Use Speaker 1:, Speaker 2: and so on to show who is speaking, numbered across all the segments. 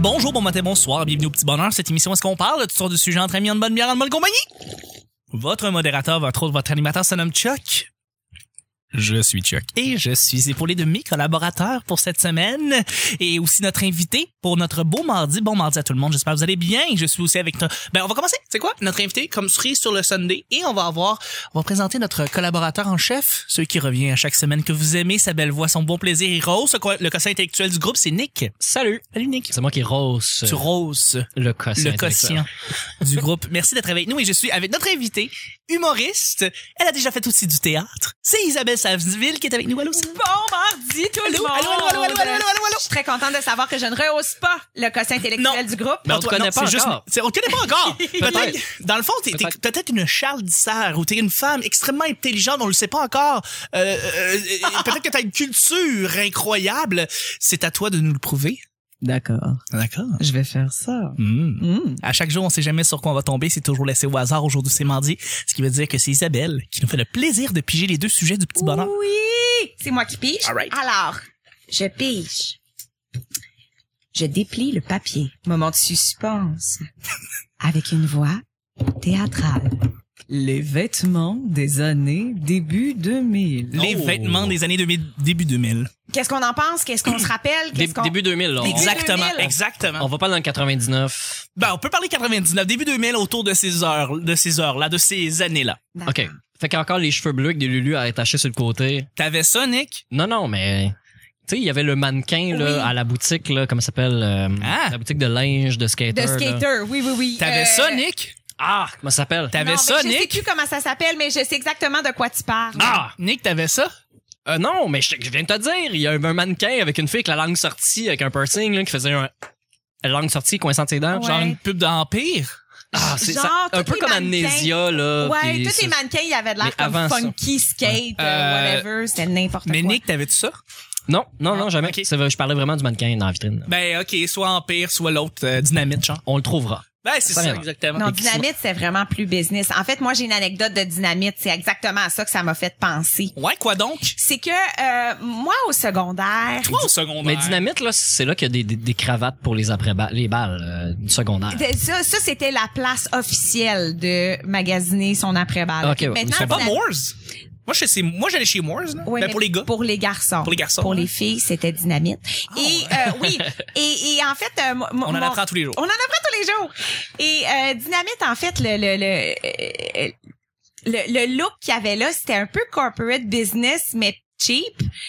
Speaker 1: Bonjour, bon matin, bonsoir, bienvenue au Petit Bonheur. Cette émission, est-ce qu'on parle de toutes sortes de sujets entre amis, en bonne bière, en bonne compagnie? Votre modérateur, votre autre, votre animateur se nomme Chuck.
Speaker 2: Je suis Chuck.
Speaker 1: Et je suis épaulé de mes collaborateurs pour cette semaine et aussi notre invité pour notre beau mardi. Bon mardi à tout le monde. J'espère que vous allez bien. Je suis aussi avec toi. Ben, on va commencer. C'est quoi? Notre invité comme cerise sur le Sunday et on va avoir, on va présenter notre collaborateur en chef, celui qui revient à chaque semaine que vous aimez, sa belle voix, son bon plaisir et rose. Le co- Le quotient intellectuel du groupe, c'est Nick.
Speaker 3: Salut.
Speaker 1: Salut Nick.
Speaker 3: C'est moi qui rose euh,
Speaker 1: Tu roses
Speaker 3: le quotient.
Speaker 1: le quotient du groupe. Merci d'être avec nous et je suis avec notre invitée, humoriste. Elle a déjà fait aussi du théâtre. C'est Isabelle Savesville qui est avec nous. Allô, Isabelle?
Speaker 4: Bon mardi tout le
Speaker 1: Allô,
Speaker 4: monde!
Speaker 1: allô, allô, allô, allô, allô, allô, allô, allô.
Speaker 4: Je suis très contente de savoir que je ne rehausse pas le quotient intellectuel
Speaker 1: Non.
Speaker 4: du groupe.
Speaker 3: Mais on te
Speaker 1: Antoine,
Speaker 3: connaît
Speaker 1: non,
Speaker 3: pas
Speaker 1: c'est
Speaker 3: encore.
Speaker 1: c'est- on te connaît pas encore. peut-être. Dans le fond, t'es t'es
Speaker 3: Peut-être.
Speaker 1: peut-être une Charles Dissert ou t'es une femme extrêmement intelligente, on le sait pas encore. Euh, euh, euh, peut-être que t'as une culture incroyable. C'est à toi de nous le prouver.
Speaker 5: D'accord.
Speaker 1: D'accord.
Speaker 5: Je vais faire ça.
Speaker 3: Hmm.
Speaker 1: À chaque jour, on sait jamais sur quoi on va tomber. C'est toujours laissé au hasard. Aujourd'hui, c'est mardi. Ce qui veut dire que c'est Isabelle qui nous fait le plaisir de piger les deux sujets du petit bonheur.
Speaker 4: Oui! C'est moi qui pige.
Speaker 1: All right.
Speaker 4: Alors, je pige. Je déplie le papier. Moment de suspense. Avec une voix théâtrale.
Speaker 5: Les vêtements des années début 2000.
Speaker 1: Les
Speaker 3: Oh.
Speaker 1: vêtements des années 2000, début 2000.
Speaker 4: Qu'est-ce qu'on en pense? Qu'est-ce qu'on se rappelle?
Speaker 3: Dé-
Speaker 4: Qu'est-ce qu'on...
Speaker 3: début 2000, là. On,
Speaker 4: Exact.
Speaker 1: Exactement,
Speaker 4: 2000.
Speaker 1: exactement.
Speaker 3: on va pas dans le 99.
Speaker 1: Ben, on peut parler 99, début 2000, autour de ces heures, de ces heures-là, de ces années-là.
Speaker 4: D'accord.
Speaker 3: OK. Fait qu'encore les cheveux bleus avec des lulus attachés sur le côté.
Speaker 1: T'avais ça, Nick?
Speaker 3: Non, non, mais... Tu sais, il y avait le mannequin là,
Speaker 4: Oui.
Speaker 3: à la boutique, là, comment ça s'appelle? euh,
Speaker 1: Ah!
Speaker 3: La boutique de linge, de skater. là.
Speaker 4: De skater, oui, oui, oui.
Speaker 1: T'avais
Speaker 4: Euh,
Speaker 1: ça, Nick?
Speaker 3: Ah, comment ça s'appelle?
Speaker 4: non,
Speaker 1: T'avais
Speaker 4: mais
Speaker 1: ça,
Speaker 4: Je sais
Speaker 1: Nick?
Speaker 4: plus comment ça s'appelle, mais je sais exactement de quoi tu parles.
Speaker 3: Ah!
Speaker 1: Nick, t'avais ça?
Speaker 3: Euh, non, mais je, je viens de te dire, il y avait un mannequin avec une fille avec la langue sortie, avec un piercing là, qui faisait un... La langue sortie, coinçant de ses dents.
Speaker 4: Ouais.
Speaker 3: Genre,
Speaker 1: Genre une pub d'Empire?
Speaker 3: ah, c'est
Speaker 4: Genre,
Speaker 3: ça. Un
Speaker 4: tous
Speaker 3: peu
Speaker 4: les
Speaker 3: comme
Speaker 4: mannequins.
Speaker 3: Amnésia, là.
Speaker 4: Ouais,
Speaker 3: puis
Speaker 4: tous les
Speaker 3: ça-
Speaker 4: mannequins, il y avait de l'air
Speaker 3: Mais
Speaker 4: comme
Speaker 3: avant ça.
Speaker 4: funky, skate, euh,
Speaker 1: Euh,
Speaker 4: whatever, c'était n'importe
Speaker 1: Mais
Speaker 4: quoi.
Speaker 1: Nick, t'avais-tu ça?
Speaker 3: Non, non, non,
Speaker 1: Ah,
Speaker 3: jamais.
Speaker 1: ok.
Speaker 3: C'est vrai, Je parlais vraiment du mannequin dans la vitrine.
Speaker 1: Ben, ok, soit Empire, soit l'autre, euh, Dynamite, genre.
Speaker 3: On le trouvera.
Speaker 1: Ben, c'est
Speaker 3: Ça
Speaker 1: ça,
Speaker 3: va.
Speaker 1: exactement.
Speaker 4: Non, dynamite, c'est vraiment plus business. En fait, moi, j'ai une anecdote de dynamite. C'est exactement à ça que ça m'a fait penser.
Speaker 1: Ouais, quoi donc?
Speaker 4: C'est que euh, moi, au secondaire,
Speaker 1: Toi, au secondaire.
Speaker 3: Mais Dynamite, là, c'est là qu'il y a des, des, des cravates pour les après les balles euh, du secondaire.
Speaker 4: ça, ça, c'était la place officielle de magasiner son après-balle.
Speaker 3: Ah, Ok, ouais. Ils sont
Speaker 1: Pas
Speaker 4: Dynamite-
Speaker 1: Moores? Moi, je sais, moi, j'allais chez Moores, là.
Speaker 4: Ouais,
Speaker 1: ben,
Speaker 4: mais
Speaker 1: pour les gars.
Speaker 4: Pour les garçons.
Speaker 1: Pour les garçons, hein.
Speaker 4: Pour
Speaker 1: ouais.
Speaker 4: les filles, c'était dynamite. et euh, oui, et, et en fait... euh, mo- mo-
Speaker 1: On en
Speaker 4: mon-
Speaker 1: apprend tous les jours.
Speaker 4: On en apprend tous les jours. Et euh, dynamite, en fait, le... le, le euh, le, le look qu'il y avait là, c'était un peu corporate business, mais cheap.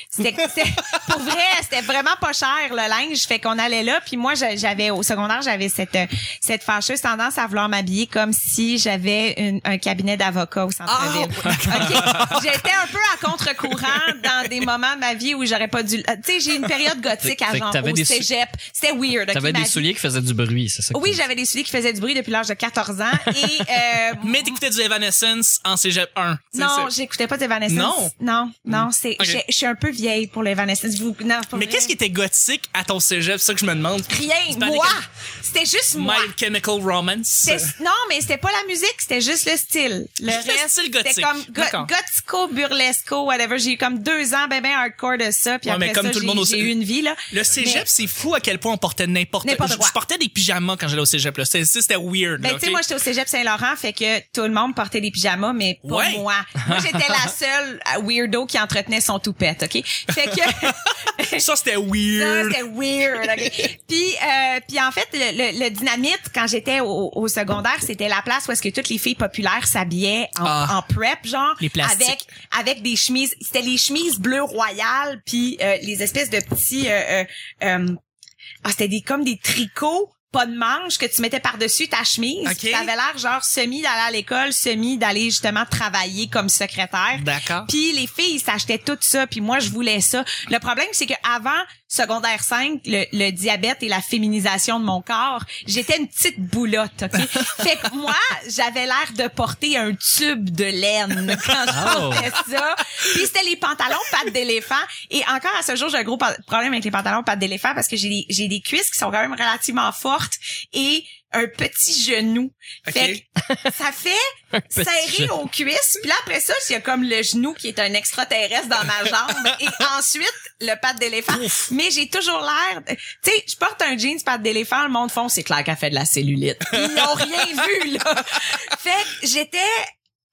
Speaker 4: C'était, c'était- pour vrai, c'était vraiment pas cher, le linge. Fait qu'on allait là, puis moi, je- j'avais, au secondaire, j'avais cette, euh, cette fâcheuse tendance à vouloir m'habiller comme si j'avais une- un cabinet d'avocat au centre-ville. OK. J'étais un peu à contre-courant dans des moments de ma vie où j'aurais pas dû, euh, tu sais, j'ai eu une période gothique
Speaker 3: Fait
Speaker 4: à
Speaker 3: que
Speaker 4: genre,
Speaker 3: t'avais
Speaker 4: au
Speaker 3: des sou-
Speaker 4: cégep. C'était weird. ok,
Speaker 3: T'avais
Speaker 4: ma
Speaker 3: des
Speaker 4: vie.
Speaker 3: souliers qui faisaient du bruit, c'est ça? que
Speaker 4: Oui,
Speaker 3: tu-
Speaker 4: j'avais des souliers qui faisaient du bruit depuis l'âge de 14 ans. Et, euh,
Speaker 1: Mais t'écoutais du Evanescence en cégep 1. C'est-
Speaker 4: non,
Speaker 1: c'est-
Speaker 4: j'écoutais pas d'Evanescence.
Speaker 1: Non? Mm.
Speaker 4: Non, non, c'est,
Speaker 1: Ok.
Speaker 4: j'ai- je suis un peu vieille pour l'Evanescence. Vous, non, pour
Speaker 1: Mais
Speaker 4: vrai.
Speaker 1: qu'est-ce qui était gothique à ton cégep? C'est ça que je me demande.
Speaker 4: Rien,
Speaker 1: C'est pas
Speaker 4: moi!
Speaker 1: des-
Speaker 4: C'était juste
Speaker 1: My
Speaker 4: moi.
Speaker 1: Chemical Romance.
Speaker 4: C'était- Non, mais c'était pas la musique, c'était juste le style. Le
Speaker 1: Juste le
Speaker 4: reste,
Speaker 1: style
Speaker 4: c'était
Speaker 1: gothique.
Speaker 4: comme go-
Speaker 1: D'accord.
Speaker 4: gothico, burlesco, whatever. J'ai eu comme deux ans, ben ben hardcore de ça. Puis
Speaker 1: Ouais,
Speaker 4: après
Speaker 1: mais comme
Speaker 4: ça,
Speaker 1: tout le
Speaker 4: j'ai-
Speaker 1: monde au-
Speaker 4: j'ai eu une vie là.
Speaker 1: Le cégep,
Speaker 4: Mais-
Speaker 1: c'est fou à quel point on portait n'importe
Speaker 4: N'importe
Speaker 1: Je-
Speaker 4: quoi.
Speaker 1: Je portais des pyjamas quand j'allais au cégep. Là. C'était, c'était weird.
Speaker 4: Ben,
Speaker 1: là,
Speaker 4: tu sais,
Speaker 1: ok?
Speaker 4: moi, j'étais au cégep Saint-Laurent, fait que tout le monde portait des pyjamas, mais pas
Speaker 1: Ouais.
Speaker 4: moi. Moi, j'étais la seule euh, weirdo qui entretenait son toupette, OK? Fait que...
Speaker 1: Ça, c'était
Speaker 4: Ça,
Speaker 1: weird.
Speaker 4: c'était weird. ok. puis, euh, puis en fait, le, le- le dynamite, quand j'étais au, au secondaire, c'était la place où est-ce que toutes les filles populaires s'habillaient en,
Speaker 1: Ah.
Speaker 4: en prep, genre
Speaker 1: Les
Speaker 4: avec
Speaker 1: plastiques.
Speaker 4: avec des chemises. C'était les chemises bleues royales, puis euh, les espèces de petits. euh, euh, euh, ah, c'était des comme des tricots pas de manches que tu mettais par-dessus ta chemise.
Speaker 1: Ok.
Speaker 4: Puis T'avais l'air genre semi d'aller à l'école, semi d'aller justement travailler comme secrétaire.
Speaker 1: D'accord.
Speaker 4: Puis les filles s'achetaient tout ça, puis moi je voulais ça. Le problème c'est que avant secondaire 5, le, le diabète et la féminisation de mon corps, j'étais une petite boulotte, OK Fait que moi, j'avais l'air de porter un tube de laine quand je
Speaker 3: Oh.
Speaker 4: portais ça. Puis c'était les pantalons pattes d'éléphant et encore à ce jour, j'ai un gros pa- problème avec les pantalons pattes d'éléphant parce que j'ai des- j'ai des cuisses qui sont quand même relativement fortes et un petit genou.
Speaker 1: Ok.
Speaker 4: Fait que ça fait serrer aux cuisses. Puis là, après ça, il y a comme le genou qui est un extraterrestre dans ma jambe. Et ensuite, le patte d'éléphant. Mais j'ai toujours l'air... Tu sais, je porte un jeans patte d'éléphant. Le monde font, c'est clair qu'elle fait de la cellulite. Ils n'ont rien vu, là. Fait que j'étais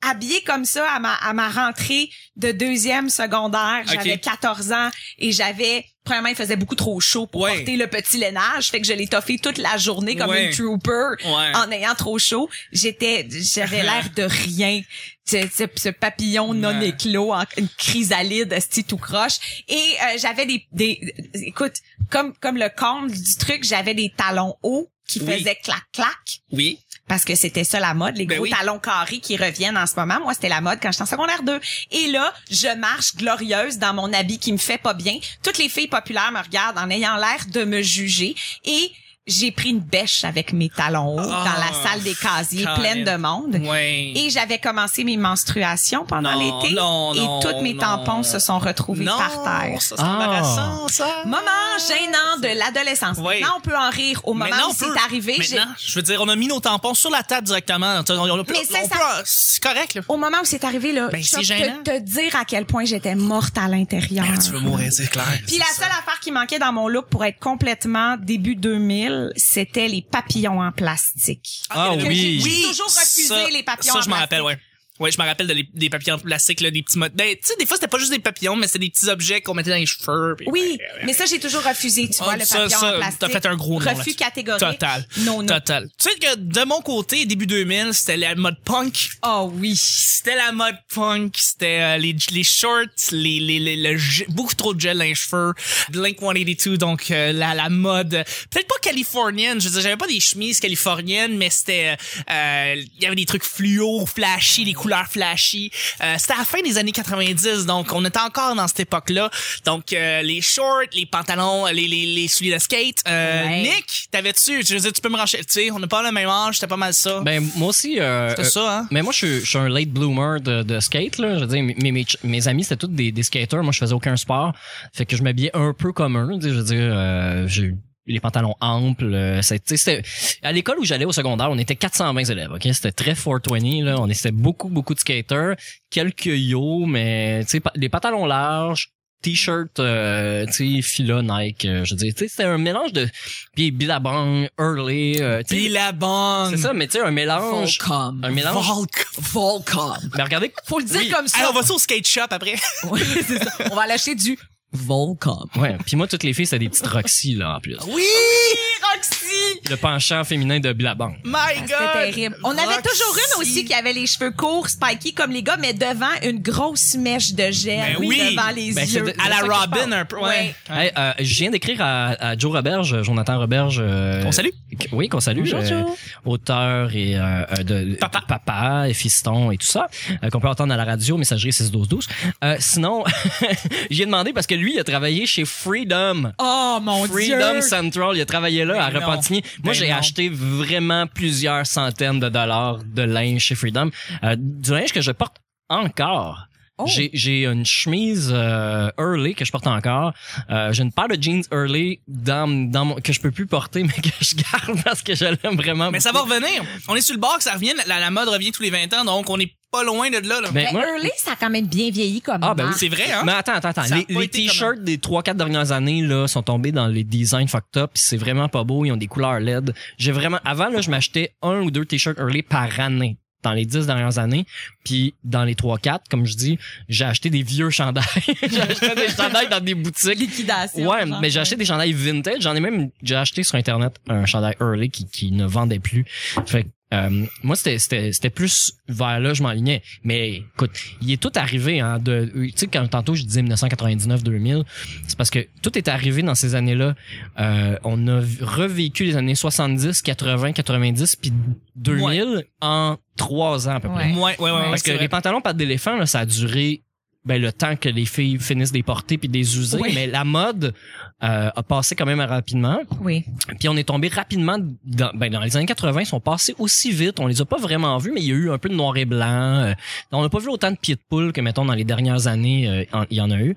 Speaker 4: habillée comme ça à ma, à ma rentrée de deuxième secondaire. J'avais
Speaker 1: Ok.
Speaker 4: 14 ans et j'avais... Premièrement, il faisait beaucoup trop chaud pour
Speaker 1: Ouais.
Speaker 4: porter le petit lainage. Fait que je l'ai toffé toute la journée comme
Speaker 1: Ouais.
Speaker 4: une trooper
Speaker 1: Ouais. Uh-huh.
Speaker 4: en ayant trop chaud, j'étais, j'avais l'air de rien. Ce, ce- ce papillon non
Speaker 1: Ouais.
Speaker 4: éclos, en- une chrysalide, esti, tout croche. Et euh, j'avais des, des, écoute, comme comme le comble du truc, j'avais des talons hauts qui
Speaker 1: Oui.
Speaker 4: faisaient clac clac
Speaker 1: Oui.
Speaker 4: parce que c'était ça la mode, les
Speaker 1: Ben
Speaker 4: gros
Speaker 1: oui.
Speaker 4: talons carrés qui reviennent en ce moment. Moi, c'était la mode quand j'étais en secondaire 2. Et là, je marche glorieuse dans mon habit qui me fait pas bien. Toutes les filles populaires me regardent en ayant l'air de me juger et j'ai pris une bêche avec mes talons hauts
Speaker 1: Ah,
Speaker 4: dans la salle des casiers
Speaker 1: Colin.
Speaker 4: pleine de monde.
Speaker 1: Ouais.
Speaker 4: Et j'avais commencé mes menstruations pendant
Speaker 1: Non,
Speaker 4: l'été
Speaker 1: non,
Speaker 4: et
Speaker 1: non,
Speaker 4: toutes mes
Speaker 1: non.
Speaker 4: tampons se sont retrouvés
Speaker 1: non,
Speaker 4: par terre.
Speaker 1: ça c'est
Speaker 3: Ah.
Speaker 1: embarrassant, ça.
Speaker 4: Moment gênant de l'adolescence.
Speaker 1: Oui.
Speaker 4: Maintenant, on peut en rire. Au moment
Speaker 1: Maintenant,
Speaker 4: où
Speaker 1: on
Speaker 4: c'est
Speaker 1: peut.
Speaker 4: arrivé, j'ai
Speaker 1: Maintenant, je veux dire, on a mis nos tampons sur la table directement. On- on- on peut-
Speaker 4: Mais
Speaker 1: on
Speaker 4: c'est
Speaker 1: peut-
Speaker 4: ça.
Speaker 1: C'est correct, là.
Speaker 4: au moment où c'est arrivé là,
Speaker 1: Ben,
Speaker 4: je
Speaker 1: c'est
Speaker 4: peux
Speaker 1: gênant.
Speaker 4: te dire à quel point j'étais morte à l'intérieur.
Speaker 1: Ah, tu veux mourir, c'est clair.
Speaker 4: Puis la seule affaire qui manquait dans mon look pour être complètement début 2000, c'était les papillons en plastique.
Speaker 3: Ah
Speaker 1: il y en a
Speaker 3: oui.
Speaker 1: beaucoup.
Speaker 4: J'ai toujours refusé
Speaker 1: ça-
Speaker 4: les papillons
Speaker 1: Ça,
Speaker 4: en
Speaker 1: je m'en rappelle, ouais. Ouais, je me rappelle de les- des papillons plastiques, là, des petits modes. Ben, tu sais, des fois, c'était pas juste des papillons, mais c'était des petits objets qu'on mettait dans les cheveux. puis-
Speaker 4: Oui, mais ça j'ai toujours refusé, tu
Speaker 1: Ah,
Speaker 4: vois le
Speaker 1: ça,
Speaker 4: papillon
Speaker 1: ça,
Speaker 4: en plastique.
Speaker 1: t'as fait un gros non
Speaker 4: refus
Speaker 1: là-dessus.
Speaker 4: catégorique.
Speaker 1: Total.
Speaker 4: Non non.
Speaker 1: Total. Tu sais que de mon côté, début 2000, c'était la mode punk.
Speaker 4: Oh oui.
Speaker 1: C'était la mode punk, c'était euh, les, les shorts, les, les, les- le ge- beaucoup trop de gel dans les cheveux, Blink 182, donc euh, la, la mode, euh, peut-être pas californienne, je veux dire, j'avais pas des chemises californiennes, mais c'était, euh, il y avait des trucs fluo, flashy, des couleurs flashy. Euh, c'était à la fin des années 90, donc on était encore dans cette époque-là. Donc euh, les shorts, les pantalons, les, les, les souliers de skate. Euh,
Speaker 4: Ouais.
Speaker 1: Nick, t'avais-tu, je veux dire, tu peux me racheter, tu sais, on n'a pas le même âge, c'était pas mal ça.
Speaker 3: Ben, moi aussi. euh,
Speaker 1: c'était
Speaker 3: euh,
Speaker 1: ça, hein?
Speaker 3: Mais moi, je suis, je suis un late bloomer de, de skate. Là. Je veux dire, mes, mes, ch- mes amis, c'était tous des, des skaters. Moi, je faisais aucun sport. Fait que je m'habillais un peu comme eux. Je veux dire, euh, j'ai eu les pantalons amples. euh, c'est- tu sais, c'était- à l'école où j'allais au secondaire, on était 420 élèves. ok C'était très 420. Là. On était beaucoup, beaucoup de skaters. Quelques yo, mais tu sais, pa- les pantalons larges. T-shirt, euh, tu sais, fila Nike, euh, je veux dire, tu sais, c'était un mélange de, puis Billabong, Hurley, euh, tu sais,
Speaker 1: Puis la bande.
Speaker 3: c'est ça, mais tu sais, un mélange, un
Speaker 5: Volcom.
Speaker 3: mélange
Speaker 1: Volk.
Speaker 5: Volcom.
Speaker 3: mais regardez, faut le
Speaker 5: Dire comme
Speaker 1: Hey,
Speaker 5: ça.
Speaker 1: on va ça au skate shop après.
Speaker 5: Ouais, c'est ça. On va aller acheter du Volcom.
Speaker 3: Ouais, puis moi toutes les filles c'est des petites Roxy là en plus.
Speaker 1: Oui! oh
Speaker 4: Roxy.
Speaker 3: Le penchant féminin de Billabong.
Speaker 1: My God!
Speaker 4: C'était terrible. On avait
Speaker 1: Roxy.
Speaker 4: toujours une aussi qui avait les cheveux courts, spiky comme les gars, mais devant une grosse mèche de gel
Speaker 1: Ben oui.
Speaker 4: devant les
Speaker 3: Ben, c'est
Speaker 4: yeux.
Speaker 3: de-
Speaker 1: À la
Speaker 3: C'est ça que je
Speaker 1: Robin un peu. Ouais.
Speaker 4: Ouais.
Speaker 3: Hey, euh, je viens d'écrire à, à Joe Roberge, Jonathan Roberge. euh,
Speaker 1: On salue.
Speaker 3: qu- Oui, qu'on salue. euh, auteur et euh, euh, de
Speaker 1: Papa.
Speaker 3: de papa et fiston et tout ça euh, qu'on peut entendre à la radio messagerie 6 12 12. Euh, sinon, j'ai demandé parce que lui il a travaillé chez Freedom.
Speaker 4: Oh mon
Speaker 3: Freedom
Speaker 4: dieu.
Speaker 3: Central, il a travaillé là
Speaker 1: Ben
Speaker 3: à
Speaker 1: non.
Speaker 3: Repentigny.
Speaker 1: Ben
Speaker 3: Moi, j'ai
Speaker 1: non.
Speaker 3: acheté vraiment plusieurs centaines de dollars de linge chez Freedom, Euh, du linge que je porte encore.
Speaker 4: Oh.
Speaker 3: J'ai j'ai une chemise euh, Hurley que je porte encore. Euh, j'ai une paire de jeans Hurley dans, dans mon, que je peux plus porter mais que je garde parce que je l'aime vraiment.
Speaker 1: Mais ça va revenir. On est sur le bord que ça revient. La, la mode revient tous les 20 ans, donc on est pas loin de là. là.
Speaker 3: Ben,
Speaker 4: Mais
Speaker 3: moi-
Speaker 4: Hurley, ça a quand même bien vieilli comme
Speaker 3: Ah, ben oui,
Speaker 4: marque.
Speaker 1: C'est vrai, hein?
Speaker 3: Mais attends, attends, attends.
Speaker 1: Ça a
Speaker 3: Les,
Speaker 1: pas
Speaker 3: les
Speaker 1: été comme
Speaker 3: t-shirts des 3-4 dernières années là, sont tombés dans les designs fucked up. pis C'est vraiment pas beau. Ils ont des couleurs LED. J'ai vraiment. Avant, là, je m'achetais un ou deux t-shirts early par année. Dans les 10 dernières années. Puis dans les 3-4, comme je dis, j'ai acheté des vieux chandails. j'ai acheté des chandails dans des boutiques.
Speaker 4: liquidation.
Speaker 3: Ouais,
Speaker 4: genre.
Speaker 3: mais j'ai acheté des chandails vintage. J'en ai même j'ai acheté sur internet un chandail early qui, qui ne vendait plus. Fait que, euh, moi c'était c'était c'était plus vers là je m'enlignais. Mais écoute, il est tout arrivé hein, de tu sais quand tantôt je disais 1999-2000, c'est parce que tout est arrivé dans ces années-là. Euh, on a v- revécu les années 70, 80, 90 puis 2000 en trois ans à peu près.
Speaker 4: Ouais.
Speaker 1: Ouais, ouais, ouais. ouais,
Speaker 3: Parce
Speaker 1: c'est
Speaker 3: que
Speaker 1: vrai.
Speaker 3: les pantalons pattes d'éléphant là, ça a duré ben, le temps que les filles finissent des portées puis des usées.
Speaker 4: Oui.
Speaker 3: Mais la mode euh, a passé quand même rapidement.
Speaker 4: Oui.
Speaker 3: Puis on est tombé rapidement dans, ben, dans les années 80, ils sont passés aussi vite. On les a pas vraiment vus, mais il y a eu un peu de noir et blanc. Euh, on n'a pas vu autant de pieds de poule que, mettons, dans les dernières années, euh, en- il y en a eu.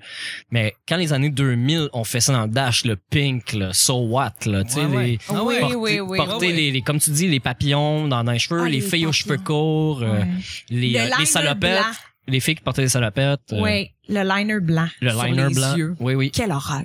Speaker 3: Mais quand les années 2000, on fait ça dans le dash, le pink, le so what, là, tu sais,
Speaker 1: Ouais, ouais.
Speaker 3: les-
Speaker 1: Ah oui,
Speaker 3: porter,
Speaker 4: oui, oui.
Speaker 3: porter
Speaker 1: Ah oui.
Speaker 3: Les, les- comme tu dis, les papillons dans, dans les cheveux,
Speaker 5: Ah, les
Speaker 3: les, filles aux cheveux
Speaker 5: papillons.
Speaker 3: courts, euh,
Speaker 4: Ouais.
Speaker 3: les,
Speaker 4: Le
Speaker 3: euh, les
Speaker 4: liner
Speaker 3: salopettes,
Speaker 4: blanc.
Speaker 3: les filles qui portaient des salopettes, euh,
Speaker 4: Oui, le liner blanc.
Speaker 3: le
Speaker 5: Sur
Speaker 3: liner
Speaker 5: les
Speaker 3: blanc.
Speaker 5: yeux.
Speaker 3: Oui, oui.
Speaker 5: Quelle horreur.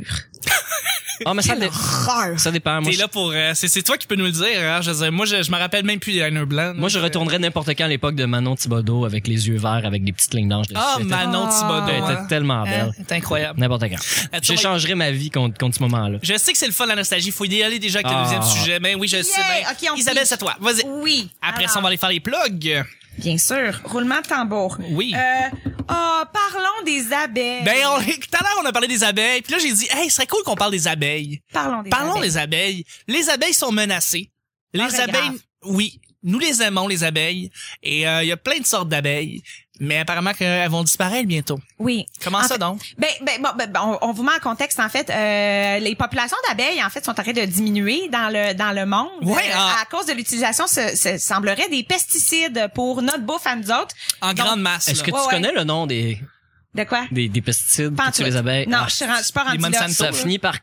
Speaker 3: Ah, mais ça,
Speaker 5: Quelle
Speaker 3: dé-
Speaker 5: horreur.
Speaker 3: ça dépend. Moi,
Speaker 1: T'es
Speaker 3: je-
Speaker 1: là pour. euh, c'est, c'est toi qui peux nous le dire. Hein? Je veux dire, moi, je, je me rappelle même plus des liners blancs.
Speaker 3: moi, je retournerais n'importe quand à l'époque de Manon Thibodeau avec les yeux verts, avec des petites lignes d'ange dessus.
Speaker 1: Ah,
Speaker 3: Elle était-
Speaker 1: Manon
Speaker 4: Ah.
Speaker 1: Thibodeau.
Speaker 3: elle était
Speaker 1: hein.
Speaker 3: tellement
Speaker 1: Hein?
Speaker 3: belle.
Speaker 1: C'est incroyable.
Speaker 3: N'importe quand.
Speaker 1: Attends,
Speaker 3: J'échangerais ma vie contre, contre ce moment-là.
Speaker 1: Je sais que c'est le fun, la nostalgie. Faut y aller déjà avec le
Speaker 3: Ah.
Speaker 1: deuxième sujet. Mais oui, je sais.
Speaker 4: Yay!
Speaker 1: ben,
Speaker 4: Ok, on
Speaker 1: Isabelle,
Speaker 4: pique.
Speaker 1: c'est à toi. Vas-y.
Speaker 4: Oui.
Speaker 1: Après
Speaker 4: Alors,
Speaker 1: ça, on va aller faire les plugs.
Speaker 4: Bien sûr. Roulement de tambour.
Speaker 1: Oui.
Speaker 4: Euh, oh, parlons des abeilles.
Speaker 1: Ben, on- tout à l'heure, on a parlé des abeilles. Puis là, j'ai dit, hey, ce serait cool qu'on parle des abeilles.
Speaker 4: Parlons des
Speaker 1: Parlons
Speaker 4: abeilles.
Speaker 1: des abeilles. Les abeilles sont menacées. Les
Speaker 4: Ah, ben,
Speaker 1: abeilles,
Speaker 4: grave.
Speaker 1: oui, nous les aimons, les abeilles. Et euh, il y a plein de sortes d'abeilles. Mais apparemment qu'elles vont disparaître bientôt.
Speaker 4: Oui.
Speaker 1: Comment
Speaker 4: En
Speaker 1: ça
Speaker 4: fait-
Speaker 1: donc?
Speaker 4: Ben, ben, bon, ben, ben, on, on vous met en contexte, en fait. Euh, les populations d'abeilles, en fait, sont en train de diminuer dans le, dans le monde.
Speaker 1: Ouais,
Speaker 4: Euh,
Speaker 1: en-
Speaker 4: À cause de l'utilisation, ce, ce semblerait, des pesticides pour notre bouffe à nous autres.
Speaker 1: En
Speaker 4: Donc,
Speaker 1: grande masse.
Speaker 3: Est-ce
Speaker 1: là.
Speaker 3: que tu
Speaker 4: Ouais, ouais.
Speaker 3: connais le nom des,
Speaker 4: De quoi?
Speaker 3: des, des pesticides
Speaker 4: Pas en
Speaker 3: qui tuent
Speaker 4: tout.
Speaker 3: les abeilles?
Speaker 4: Non,
Speaker 3: Ah,
Speaker 4: je suis rend- je suis pas
Speaker 1: les
Speaker 4: rendue là.
Speaker 1: Monsanto.
Speaker 3: ça finit par